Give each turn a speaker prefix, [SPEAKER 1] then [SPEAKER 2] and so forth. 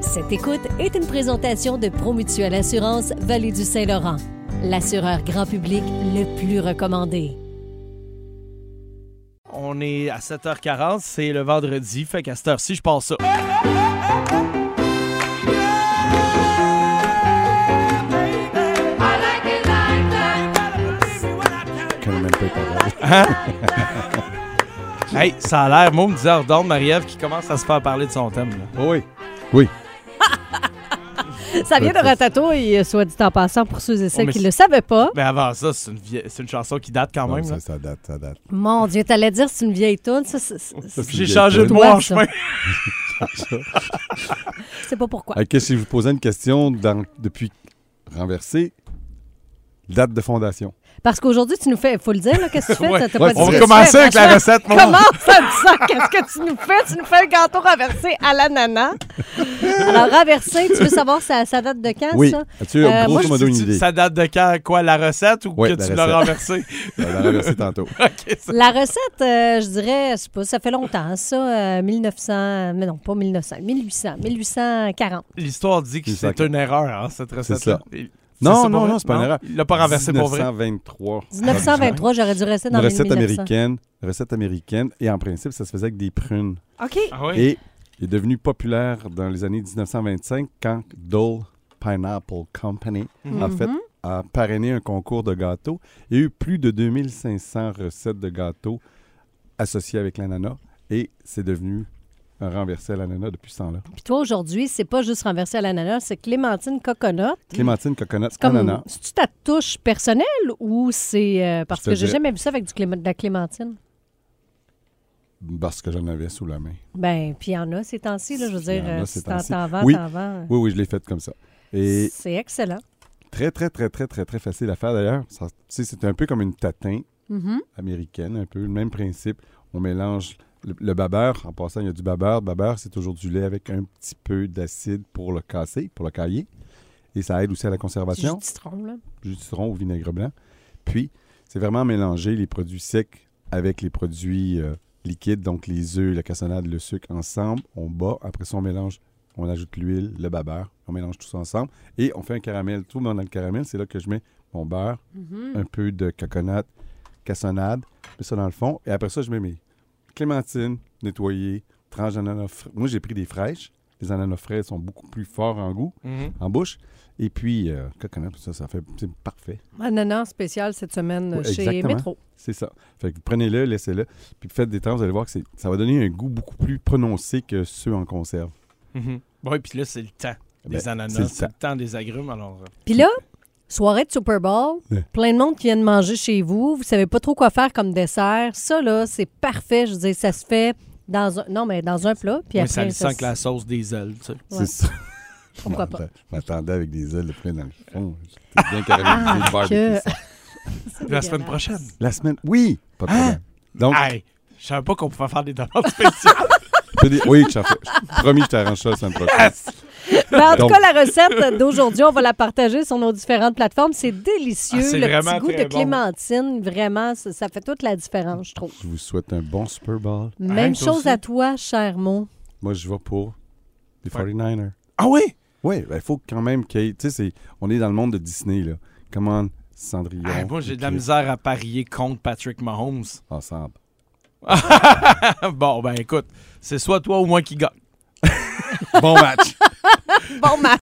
[SPEAKER 1] Cette écoute est une présentation de Promutuelle Assurance Vallée du Saint-Laurent, l'assureur grand public le plus recommandé.
[SPEAKER 2] On est à 7h40, c'est le vendredi, fait qu'à cette heure-ci, je passe ça.
[SPEAKER 3] Je connais même pas les paroles.
[SPEAKER 2] Hein? hey, ça a l'air, moi, me disait Ordonne, Marie-Ève, qui commence à se faire parler de son thème. là.
[SPEAKER 3] Ah oui.
[SPEAKER 1] Ça vient de Ratatouille, euh, soit dit en passant, pour ceux
[SPEAKER 3] Oh,
[SPEAKER 1] et celles
[SPEAKER 2] mais
[SPEAKER 1] qui
[SPEAKER 2] c'est-
[SPEAKER 1] ne le savaient pas.
[SPEAKER 2] Mais avant ça, c'est une, vieille- c'est une chanson qui date quand
[SPEAKER 3] Non,
[SPEAKER 2] même.
[SPEAKER 3] ça,
[SPEAKER 2] là.
[SPEAKER 3] ça date, ça date.
[SPEAKER 1] Mon Dieu, t'allais dire c'est une vieille toune. Ça, c'est- c'est-
[SPEAKER 3] c'est
[SPEAKER 2] J'ai
[SPEAKER 3] vieille
[SPEAKER 2] changé de
[SPEAKER 3] tune.
[SPEAKER 2] mot en
[SPEAKER 1] Toi, ça.
[SPEAKER 2] chemin.
[SPEAKER 1] c'est pas pourquoi.
[SPEAKER 3] OK, si je vous posais une question dans- depuis renversé, date de fondation.
[SPEAKER 1] Parce qu'aujourd'hui, tu nous fais, faut le dire, là, qu'est-ce que tu fais?
[SPEAKER 2] Ouais.
[SPEAKER 1] T'as- t'as
[SPEAKER 3] Ouais,
[SPEAKER 1] pas dit
[SPEAKER 3] on
[SPEAKER 1] ce
[SPEAKER 3] va
[SPEAKER 1] que tu
[SPEAKER 3] commencer
[SPEAKER 1] fais,
[SPEAKER 3] avec la
[SPEAKER 1] Rachel.
[SPEAKER 3] recette, mon
[SPEAKER 1] Comment ça me sent? Qu'est-ce que tu nous fais? Tu nous fais un gâteau renversé à l'ananas. Alors, renversé, tu veux savoir ça, ça date de quand,
[SPEAKER 3] Oui.
[SPEAKER 1] ça?
[SPEAKER 3] As-tu
[SPEAKER 1] Euh, moi,
[SPEAKER 3] grosso
[SPEAKER 1] je-
[SPEAKER 3] modo une
[SPEAKER 2] Tu- tu-
[SPEAKER 3] idée?
[SPEAKER 2] Ça date de quand, quoi, la recette ou
[SPEAKER 3] Ouais,
[SPEAKER 2] que
[SPEAKER 3] la
[SPEAKER 2] tu l'as
[SPEAKER 3] recette.
[SPEAKER 2] renversée?
[SPEAKER 3] On va la renverser tantôt.
[SPEAKER 2] OK, ça-
[SPEAKER 1] La recette, euh, je dirais, je sais pas, ça fait longtemps, ça, euh, 1900, mais non, pas 1900, 1800, 1840.
[SPEAKER 3] Ah,
[SPEAKER 2] L'histoire dit que c'est
[SPEAKER 3] Exact.
[SPEAKER 2] une erreur, hein, cette recette-là.
[SPEAKER 3] ça.
[SPEAKER 2] Il-
[SPEAKER 3] Non,
[SPEAKER 2] ça
[SPEAKER 3] non,
[SPEAKER 2] vrai?
[SPEAKER 3] non, c'est pas une erreur.
[SPEAKER 2] Il l'a pas renversé pour vrai.
[SPEAKER 3] 1923.
[SPEAKER 1] 1923, j'aurais dû rester
[SPEAKER 3] Une
[SPEAKER 1] dans les
[SPEAKER 3] recette
[SPEAKER 1] 1900.
[SPEAKER 3] américaine. Recette américaine. Et en principe, ça se faisait avec des prunes.
[SPEAKER 1] OK.
[SPEAKER 2] Ah oui?
[SPEAKER 3] Et il est devenu populaire dans les années 1925 quand Dole Pineapple Company a,
[SPEAKER 1] Mhm.
[SPEAKER 3] fait, a parrainé un concours de gâteaux. Il y a eu plus de 2500 recettes de gâteaux associées avec l'ananas et c'est devenu un renversé à l'ananas depuis ce temps-là.
[SPEAKER 1] Puis toi, aujourd'hui, c'est pas juste renversé à l'ananas, c'est Clémentine Coconut.
[SPEAKER 3] Clémentine, coconut,
[SPEAKER 1] C'est comme,
[SPEAKER 3] ananas.
[SPEAKER 1] c'est-tu ta touche personnelle ou c'est... euh, parce
[SPEAKER 3] Je te
[SPEAKER 1] que j'ai
[SPEAKER 3] dirais-
[SPEAKER 1] jamais vu ça avec du cléma- de la clémentine.
[SPEAKER 3] Parce que j'en avais sous la main.
[SPEAKER 1] Ben, puis il y en a ces temps-ci, là, je veux
[SPEAKER 3] Il y
[SPEAKER 1] dire,
[SPEAKER 3] en a
[SPEAKER 1] euh,
[SPEAKER 3] ces
[SPEAKER 1] si t'en
[SPEAKER 3] temps-ci.
[SPEAKER 1] t'en vends,
[SPEAKER 3] Oui.
[SPEAKER 1] t'en vends.
[SPEAKER 3] Oui, oui, je l'ai faite comme ça. Et
[SPEAKER 1] C'est excellent.
[SPEAKER 3] très, très, très, très, très, très facile à faire d'ailleurs. Ça- tu sais, C'est un peu comme une tatin.
[SPEAKER 1] Mhm.
[SPEAKER 3] américaine, un peu, le même principe. On mélange le, le babeur. En passant, il y a du babeur. Babeur, c'est toujours du lait avec un petit peu d'acide pour le casser, pour le cailler. Et ça aide aussi à la
[SPEAKER 1] C'est juste
[SPEAKER 3] conservation.
[SPEAKER 1] du citron, là.
[SPEAKER 3] Jus de citron ou vinaigre blanc. Puis, c'est vraiment mélanger les produits secs avec les produits euh, liquides, donc les œufs, la cassonade, le sucre ensemble. On bat. Après ça, on mélange. On ajoute l'huile, le babeur. On mélange tout ça ensemble. Et on fait un caramel. Tout le monde a le caramel. C'est là que je mets mon beurre un peu de coconut, cassonade, mets ça dans le fond. Et après ça, je mets mes clémentines nettoyées, tranches d'ananas frais. Moi, j'ai pris des fraîches. Les ananas frais sont beaucoup plus forts en goût,
[SPEAKER 2] Mhm.
[SPEAKER 3] en bouche. Et puis, euh, coconut, tout ça, ça fait c'est parfait.
[SPEAKER 1] Ananas spécial cette semaine
[SPEAKER 3] Ouais,
[SPEAKER 1] chez
[SPEAKER 3] exactement.
[SPEAKER 1] Métro.
[SPEAKER 3] C'est ça. Fait que prenez-le, laissez-le. Puis faites des temps, vous allez voir que c'est- ça va donner un goût beaucoup plus prononcé que ceux en conserve.
[SPEAKER 2] Mhm. Oui, puis là, c'est le temps des
[SPEAKER 3] Ben,
[SPEAKER 2] ananas,
[SPEAKER 3] c'est le
[SPEAKER 2] c'est
[SPEAKER 3] temps.
[SPEAKER 2] le temps des agrumes. Alors, euh,
[SPEAKER 1] Puis là, soirée de Super Bowl,
[SPEAKER 3] Ouais.
[SPEAKER 1] plein de monde qui viennent manger chez vous, vous savez pas trop quoi faire comme dessert. Ça, là, c'est parfait. Je veux dire, ça se fait dans un, non, mais dans un plat, puis
[SPEAKER 2] moi,
[SPEAKER 1] après...
[SPEAKER 2] ça me
[SPEAKER 1] ça
[SPEAKER 2] sent que la sauce des ailes, tu sais.
[SPEAKER 1] Ouais.
[SPEAKER 3] C'est ça.
[SPEAKER 1] Pourquoi pas?
[SPEAKER 3] Je m'attendais avec des ailes de poulet dans le fond. J'étais bien caramélisé, le barbecue,
[SPEAKER 1] Ah, que-
[SPEAKER 3] ça.
[SPEAKER 2] La semaine prochaine.
[SPEAKER 3] La semaine... Oui! Pas de
[SPEAKER 1] Ah!
[SPEAKER 3] problème. Donc,
[SPEAKER 2] Hey, je savais pas qu'on pouvait faire des demandes spéciales.
[SPEAKER 3] Je dis- Oui, je t'en fais. Je- Promis, je t'arrange ça la semaine prochaine.
[SPEAKER 1] Mais Ben, en tout
[SPEAKER 3] Donc-
[SPEAKER 1] cas, la recette d'aujourd'hui, on va la partager sur nos différentes plateformes. C'est délicieux.
[SPEAKER 2] Ah, c'est
[SPEAKER 1] le
[SPEAKER 2] vraiment
[SPEAKER 1] petit goût
[SPEAKER 2] très
[SPEAKER 1] de
[SPEAKER 2] bon.
[SPEAKER 1] clémentine, vraiment, ça, ça fait toute la différence, je trouve.
[SPEAKER 3] Je vous souhaite un bon Super Bowl.
[SPEAKER 1] Même
[SPEAKER 2] toi
[SPEAKER 1] chose
[SPEAKER 2] aussi.
[SPEAKER 1] à toi, cher Mo.
[SPEAKER 3] Moi, je vais pour les
[SPEAKER 2] Ouais.
[SPEAKER 3] 49ers.
[SPEAKER 2] ah oui?
[SPEAKER 3] Oui, il faut quand même qu'il y ait- Tu sais, c'est- on est dans le monde de Disney, là. Comment Cendrillon.
[SPEAKER 2] Hey, Ah, moi, j'ai de la
[SPEAKER 3] Cliff,
[SPEAKER 2] misère à parier contre Patrick Mahomes.
[SPEAKER 3] Ensemble.
[SPEAKER 2] bon, ben écoute, c'est soit toi ou moi qui gagne.
[SPEAKER 3] Bon match!
[SPEAKER 1] Bon match.